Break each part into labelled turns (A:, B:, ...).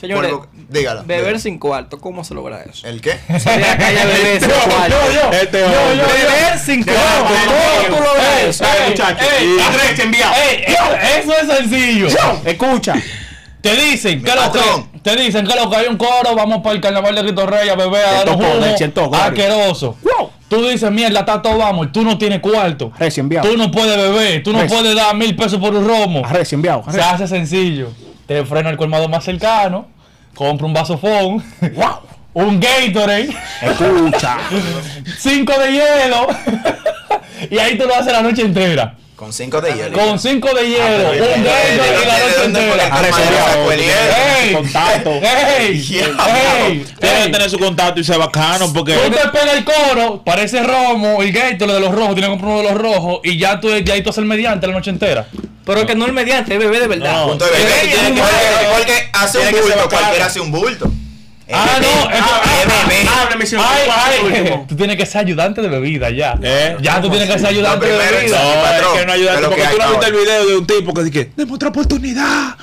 A: Señores,
B: Por lo- dígala,
A: beber
B: dígala.
A: sin cuarto, ¿cómo se logra eso?
B: ¿El qué?
A: Salir a la calle a beber sin cuarto.
C: Este hombre.
A: Beber sin cuarto, ¿cómo tú logras eso?
C: Ey,
D: muchacho.
C: ey,
D: Y-
C: Andrés, enviado. eso es sencillo. Escucha. Te dicen que lo
B: patrón.
C: que te dicen que lo que hay un coro, vamos para el carnaval de Cristo Rey a beber a dar
D: Cierto
C: un
D: coro,
C: humo
D: cierto coro.
C: asqueroso.
D: Wow.
C: Tú dices, mierda, está todo vamos, y tú no tienes cuarto.
D: Recién enviado.
C: Tú no puedes beber, tú no
D: Recio.
C: puedes dar mil pesos por un romo.
D: Arrecio, enviado.
C: Se hace sencillo. Te freno el colmado más cercano, compro un vasofón,
D: Wow.
C: un Gatorade,
D: Escucha.
C: cinco de hielo, y ahí tú lo haces la noche entera.
B: Con cinco de hielo.
C: Con cinco de hielo,
B: pero
C: un
B: bien, bien,
C: Gatorade y la
B: bien,
C: noche
B: bien, bien,
C: entera.
B: bien,
D: Arrecio, enviado.
B: Con hielo.
C: Ey.
D: Contacto.
C: ¡Ey!
B: Ya,
C: ¡Ey!
E: Tiene que
C: ¡Ey!
E: tener su contacto y ser bacano porque.
C: Tú te pegas el coro, parece Romo, el Gatorade de los rojos, tiene que comprar uno de los rojos y ya tú, ya ahí tú haces el mediante la noche entera.
A: Pero que no el mediante, es beber de verdad.
E: No.
B: Punto de vista.
C: Ey,
B: Tiene
C: ey,
B: que-
C: ey,
B: Porque hace un
E: tiene que ser
B: bulto,
E: bacano.
B: cualquiera hace un bulto.
C: Ah,
B: Es
C: no,
B: bebé.
C: eso-
B: Es bebé.
D: Ábreme, señor.
C: Ay,
D: Por
C: ay,
D: último.
C: tú tienes que ser ayudante de bebida ya.
E: ¿Eh?
C: Ya tú tienes que ser
B: Lo
C: ayudante de
B: primero es
C: bebida.
B: ser
E: No, es
B: patrón,
E: que no
B: de
E: ayudaste.
B: lo
E: Porque
B: que
E: tú no
B: hay
E: viste el
B: ahora.
E: video de un tipo que dice: Deme otra oportunidad.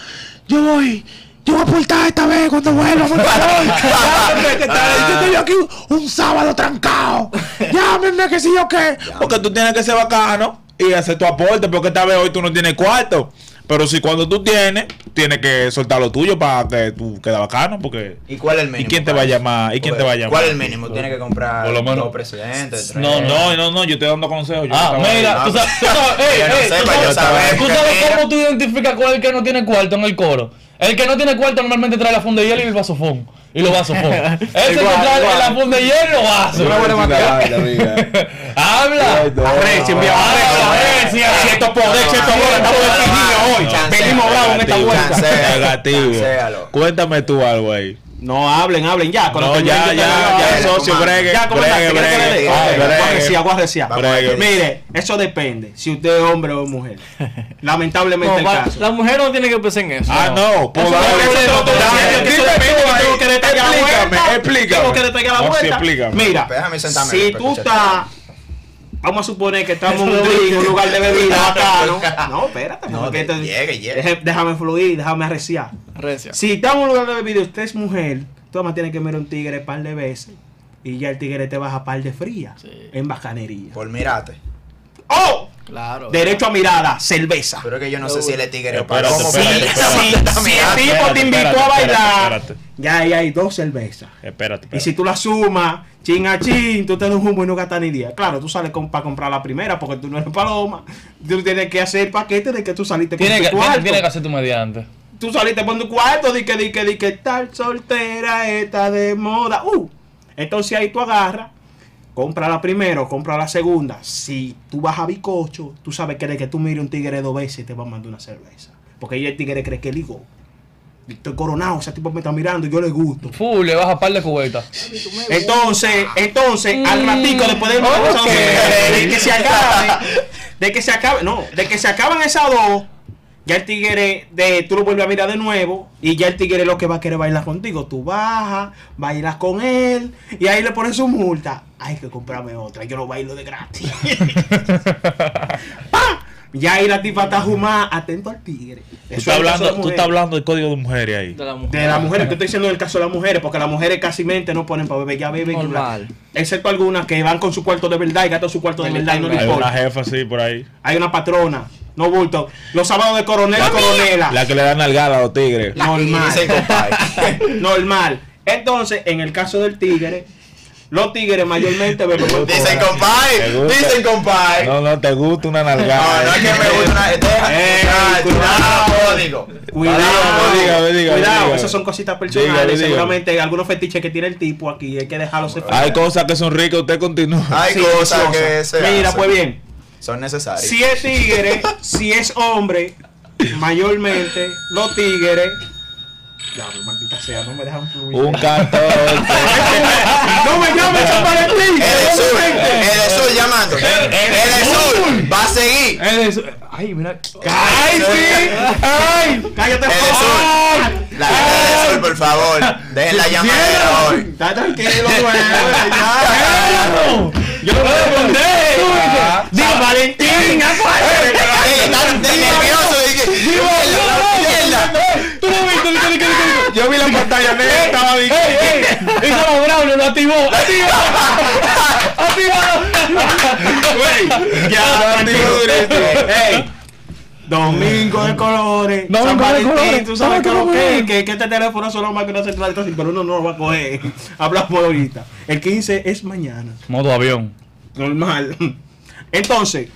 E: Yo voy. Yo voy a aportar esta vez cuando vuelva, por favor. Llámeme que
B: Ah.
E: está- que estoy aquí un sábado trancado. Llámeme que si yo qué. Porque tú tienes que ser bacano y hacer tu aporte. Porque esta vez hoy tú no tienes cuarto. Pero si cuando tú tienes, tienes que soltar lo tuyo para que tú quede bacano. Porque.
B: ¿Y cuál es el mínimo?
E: ¿Y quién te va a llamar? ¿Y quién te va a llamar?
B: ¿Cuál es el mínimo? Tiene que comprar
C: Por lo menos-
B: dos presidentes. tres.
C: No,
E: No, no, no, yo estoy dando consejos. yo
C: Ah,
E: no estaba-
C: mira, tú sabes, tú sabes, ey,
B: Que no
C: ey, tú
B: sepa, yo
C: sabes-
B: sabía
C: tú
B: que
C: sabes
B: era.
C: cómo tú identificas cuál es el que no tiene cuarto en el coro. El que no tiene cuarto normalmente trae la funda de hielo y el vasofón. Y los vasofón. Ese que
D: Igual,
C: trae
D: igual.
C: la funda de hielo y los vasos.
D: Una buena materia. Ah,
C: Habla.
D: Arrecio, enviado.
C: Habla,
D: Arrecio.
C: Grecia.
D: Cierto poder, cierto poder. Estamos definidos hoy.
B: Chancea,
D: Venimos bravos en esta
B: negativo,
D: vuelta.
B: chancea,
E: Negativo.
B: chancéalo.
E: Cuéntame tú algo ahí.
D: No hablen, hablen ya. con
E: No,
D: los
E: ya, ya,
D: terminantes de la-
E: ya,
B: ya,
E: socio,
B: comando.
E: bregue,
D: Ya, ¿cómo
E: bregue, bregue. Ah, bregue.
D: Aguarrecia, aguarrecia.
B: Vamos
E: Bregue.
B: a ver qué dice.
D: Mire, eso depende si usted es hombre o mujer.
A: No,
D: Lamentablemente el
A: va-
D: caso.
A: la mujer no tiene que pensar en eso.
E: Ah, no, por
D: Eso
E: favor.
D: es
E: Eso
D: lo
E: no
D: que
E: te
D: yo
E: lo
D: estoy diciendo,
E: dije, que
D: que
E: eso
D: eso
E: depende,
D: depende,
E: ahí.
D: tengo que detallar la
E: Explícame,
D: vuelta.
E: explícame.
D: Tengo que detallar la
E: No, sí,
D: vuelta.
E: explícame.
D: Mira,
B: Déjame sentarme,
D: si
B: Pepe,
D: tú
B: escucha.
D: estás, vamos a suponer que estamos en un drink, un lugar de bebida acá, ¿no? No, espérate,
B: No,
D: porque
B: que
D: esto-
B: llegue, llegue.
D: deje- déjame fluir, déjame arreciar.
A: Recia.
D: Si está en un lugar de bebida y usted es mujer, tú más tienes que mirar un tigre par de veces y ya el tigre te baja par de fría en bacanería.
B: Por mirate.
D: ¡Oh!
A: Claro.
D: Derecho a mirada, cerveza.
B: Pero es que yo no sé si él es tigre o
E: Espérate,
B: palomo,
E: espérate,
B: pero él está-
E: espérate.
D: Si,
B: está
D: si el
B: mirando.
D: tipo
E: espérate,
D: te invitó a
E: espérate,
D: bailar,
E: espérate.
D: ya ahí hay dos cervezas.
E: Espérate, espérate.
D: Y si tú la sumas, chin a chin, tú te das un humo y no gastas ni día. Claro, tú sales para comprar la primera porque tú no eres paloma. Tú tienes que hacer el paquete de que tú saliste con
C: Tienes
D: tu
C: que,
D: cuarto.
C: tienes- tienes que hacer tu mediante.
D: Tú saliste por tu cuarto, di que, di que, di que tal soltera está de moda. Uh, entonces ahí tú agarras, compra la primera, o compra la segunda. Si tú vas a bicocho, tú sabes que de que tú mires un tigre dos veces te va a mandar una cerveza. Porque ahí el tigre cree que digo, estoy coronado, ese tipo me está mirando y yo le gusto.
C: Full, le vas a par de cubetas.
D: Entonces, entonces, al ratico después del almuerzo, de, de que se acabe, de que se acabe, no, de que se acaban esas dos, ya el tigre, de, tú lo vuelves a mirar de nuevo y ya el tigre lo que va a querer bailar contigo. Tú bajas, bailas con él y ahí le pones su multa. Hay que comprarme otra, yo lo bailo de gratis. ¡Pa! Ya ahí la tipa está jumada, atento al tigre.
E: Tú
D: Eso
E: estás
D: es el caso de
E: hablando,
D: la
E: tú estás
D: mujer.
E: hablando del código de mujeres ahí.
A: De la
D: De
A: mujer.
D: las mujeres, que estoy diciendo en el caso de las mujeres, porque las mujeres casi mente no ponen para beber, ya beben. y bla.
A: Normal.
D: Excepto algunas que van con su cuarto de verdad y gastan su cuarto de verdad y no le
E: Hay una
D: importa.
E: jefa así por ahí.
D: Hay una patrona, no bulto. Los sábados de coronel, coronela.
E: La que le dan nalgada a los tigres.
D: normal.
B: Dice el compadre.
D: normal. Entonces, en el caso del tigre, los tigres mayormente beben. por
B: Dice el
D: cola.
E: Me
B: compadre.
E: gusta.
B: Dice el compadre.
E: No, no, te gusta una
B: No, no
E: nalgada.
B: es que me gusta una.
D: Ey,
B: Deja, eh, cuidado, digo.
D: Cuidado,
E: dígame, dígame,
D: cuidado,
E: dígame.
D: esas son cositas personales.
E: Dígame, dígame.
D: Seguramente algunos fetiches que tiene el tipo aquí, hay que dejarlos separar.
E: Hay cosas que son ricas, usted continúa.
B: Hay
D: Sí,
B: cosas
D: cosas.
B: que se
D: Mira,
B: hacen.
D: pues bien,
B: Son necesarias.
D: Si es tigre, si es hombre, mayormente los tigres. Ya, maldita sea, no me dejan fluir.
C: Oh.
E: Un cantor.
D: No me llames a para el tigre.
B: El del sur,
D: no me
B: el
D: llames.
B: del sur llamando. El del sur va a seguir.
C: Ay, mira.
D: ¡Ay, sí! ¡Ay! ¡Cállate,
B: El del
D: por
B: sur. La gente del sur, por favor. Dejen la llamadera
D: favor!
B: hoy.
D: Está tranquilo, güey. ya.
C: Yo no voy a responder.
D: Di Valentín, acuérdate.
B: Ey, Están nerviosos. dije, mierda, mierda.
C: Tú lo viste, di que- di que- di que- di que-
E: Yo vi la
D: mayonesa estaba
C: ¡Ey, ey! Y como Braulio lo activó. ¡Activado!
D: Güey, ya, contigo durísimo.
B: este.
D: Ey, Domingo de colores.
C: Domingo
D: San
C: de
D: Valentín,
C: colores.
D: Tú sabes que,
C: Domingo
D: lo
C: de
D: que,
C: colores.
D: que, que este teléfono solo más que una central de taxi, pero uno no lo va a coger. Hablamos ahorita. El 15 es mañana.
C: Modo avión.
D: Normal. Entonces,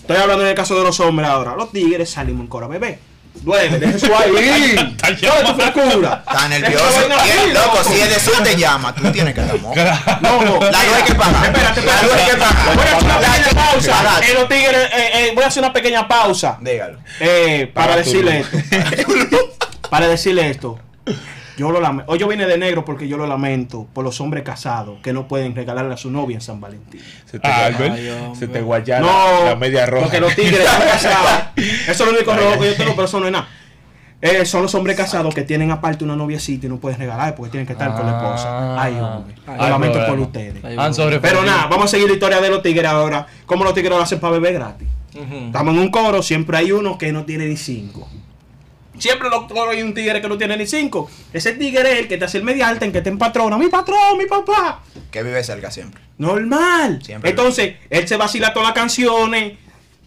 D: estoy hablando en el caso de los hombres ahora. Los tigres salimos en cora, bebé. Duerme, deja eso ahí. Dale tu frescura.
B: Está
D: Esa
B: nervioso.
D: vaina
B: Y el
D: así,
B: loco,
D: loco.
B: si es de sur te llama, tú tienes que dar amor.
D: No, no.
B: La luz hay que pagar.
D: Espérate,
B: La luz hay que
D: espérate.
B: pagar.
D: Voy a hacer una
B: La-
D: pequeña pausa.
B: Pagar.
D: Eh, los tigres, eh, eh, voy a hacer una pequeña pausa.
B: Dígalo.
D: Eh, para
C: Para
D: decirle
C: tú.
D: esto. para decirle esto. Yo lo lamento. Hoy yo vine de negro porque yo lo lamento por los hombres casados que no pueden regalarle a su novia en San Valentín.
F: Se te,
C: Ah,
F: guayó-
A: ay, hombre.
F: se te guayó
D: no,
F: la, la media roja.
D: porque los tigres están casados. Eso es lo único rojo que yo tengo, pero eso no es nada. Eh, son los hombres casados que tienen aparte una noviecita y no pueden regalar porque tienen que estar con la esposa. Ay, hombre.
C: Ah.
D: lo lamento
C: Ay,
D: por
C: problema.
D: ustedes.
A: Ay,
C: Han sobre
D: Pero nada, vamos a seguir la historia de los tigres ahora. ¿Cómo los tigres lo hacen para beber gratis?
A: Ujú.
D: Estamos en un coro, siempre hay uno que no tiene ni cinco. Siempre en los coros hay un tigre que no tiene ni cinco. Ese tigre es el que te hace el media alta, en que te empatrona. Mi patrón, mi papá.
B: Que vive cerca siempre.
D: Normal.
B: Siempre.
D: Entonces, él se vacila todas las canciones.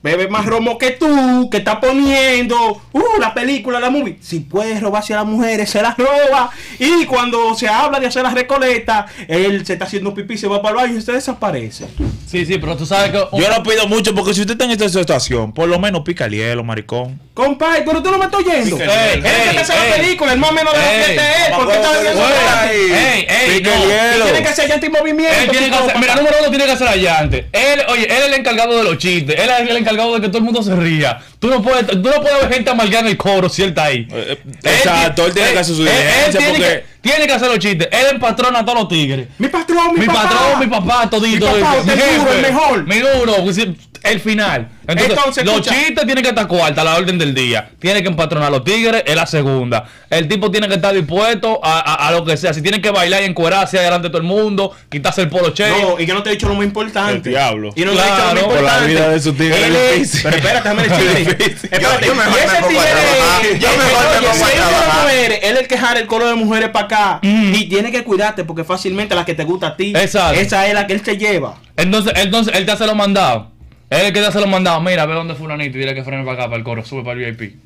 D: Bebe más romo que tú, que está poniendo. Uh, la película, la movie. Si puedes robarse a las mujeres, se las roba. Y cuando se habla de hacer las recoletas, él se está haciendo pipí, se va para el baño y se desaparece.
C: Sí, sí, pero tú sabes que.
F: Yo no pido mucho porque si usted está en esta situación, por lo menos pica el hielo, maricón.
D: Compadre, pero tú no me estás oyendo.
F: Sí,
D: Él
F: ey,
D: es el que hace la
C: ey.
D: película, el más menos de la
C: Ey.
D: gente es él. ¿Por qué está bebiendo
F: Güey,
D: gratis?
C: ey, ey,
F: pica
C: no.
F: el
D: Y
F: hielo.
D: Tiene que hacer antimovimiento.
C: eh. Él tiene que hacer, mira, número uno tiene que hacer allá antes. Él, oye, él es el encargado de los chistes. Él es el encargado de que todo el mundo se ría. Tú no puedes, tú no puedes ver gente amargada en el coro si él está ahí.
F: Eh, eh, Exacto, él tiene que hacer su
C: él- él
F: diligencia
C: tiene,
F: porque.
C: que, tiene que hacer los chistes. Él empatrona a todos los tigres.
D: Mi patrón, mi,
C: Mi
D: papá.
C: patrón, mi papá, todito.
D: Mi papá,
C: eh,
D: usted es
C: jefe,
D: duro, el mejor.
C: Mi duro, pues, sí, el final. Entonces,
D: Entonces,
C: los
D: escucha.
C: chistes tienen que estar cuarta, la orden del día. Tiene que empatronar a los tigres, es la segunda. El tipo tiene que estar dispuesto a, a- a lo que sea. Si tiene que bailar y encuerarse delante de todo el mundo, quitarse el polo che.
D: No, y yo no te he dicho lo más importante.
F: El diablo.
D: Y no
C: Claro,
D: te he dicho lo más
F: por la
D: importante.
F: vida de su tigre
D: Él es-
F: difícil.
D: Pero espérate, déjame decirte.
B: Yo,
D: Espérate,
B: yo mejor
D: y
B: me
D: ese
B: pongo a
D: tigre-
B: trabajar. Yo
D: Oye,
B: mejor me
D: si
B: pongo a
D: hay una de las
B: trabajar.
D: mujeres, él es el que jala el coro de mujeres para acá. Y tiene que cuidarte porque fácilmente la que te gusta a ti,
C: Exacto.
D: esa es la que él te lleva.
C: Entonces, entonces, él te hace los mandados. Él es el que te hace los mandados. Mira, ve dónde es fulanito y dile que frene para acá, para el coro, sube para el VIP.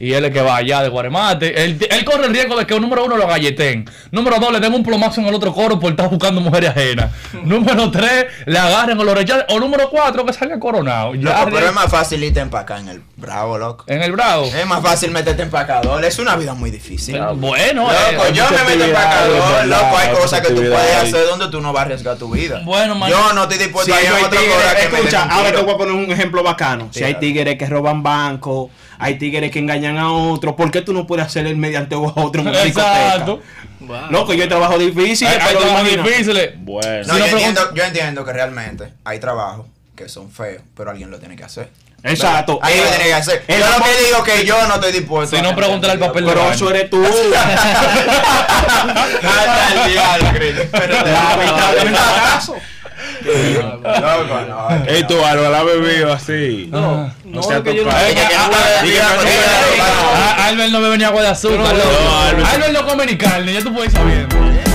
C: Y él es el que va allá de Guaremate. Él, él corre el riesgo de que, oh, número uno, lo galleten. Número dos, le den un plomazo en el otro coro por estar buscando mujeres ajenas. número tres, le agarren o lo rechacen. O número cuatro, que salga coronado. Ya,
B: Loco, pero
C: de-
B: es más Eh, fácil irte a empacar en el bravo, loco.
C: En el bravo.
B: Es más fácil meterte empacador. Es una vida muy difícil.
C: bueno,
B: Loco,
C: eh,
B: yo
F: muchas
B: me meto en
F: actividades,
B: pacador,
F: ¿verdad?
B: loco, hay
F: Hay
B: cosas que tú
F: muchas
B: puedes
F: actividades.
B: hacer donde tú no vas a arriesgar tu vida.
C: Bueno, man-
B: Yo no estoy dispuesto
D: Si
B: a
D: hay
B: ir a Pues otra
D: tigres,
B: cosa que me
D: escucha,
B: den un
D: ahora te
B: tiro.
D: voy a poner un ejemplo bacano. Si hay
B: Tíralo.
D: tigres que roban bancos, hay tigres que engañan a otros, ¿por qué tú no puedes hacer el mediante a otro en una
C: Exacto.
D: discoteca?
A: Wow.
D: Loco, yo trabajo
B: Eh,
D: difícil,
C: Hay, hay
D: pero
C: temas
D: imagina.
C: difíciles.
F: Bueno.
B: No,
C: Si
B: yo,
C: no pregun-
B: entiendo, yo entiendo que realmente hay trabajos que son feos, pero alguien lo tiene que hacer.
D: Exacto.
B: Alguien lo tiene que hacer.
D: Oh, El
B: Yo lo
D: amor-
B: que digo que yo no estoy dispuesto.
C: Si no, pregúntale al papel de
D: Pero
C: baño.
D: eso eres tú.
B: Hasta el diablo, Chris. Pero te
D: Lamentablemente acaso.
B: Loco, no.
F: Ey, tú, Álvaro, la bebido así.
A: No, Ah. no,
F: sea
A: que yo no-
F: topado.
B: Ey, que- que no puede-
F: Ah,
B: que
F: ah,
B: no puede-
F: ah,
B: que no puede-
C: Ah, Albert no me venía agua de azúcar.
A: no,
C: loco.
F: no, Albert.
C: Albert no come ni carne, ya tú puedes ir sabiendo.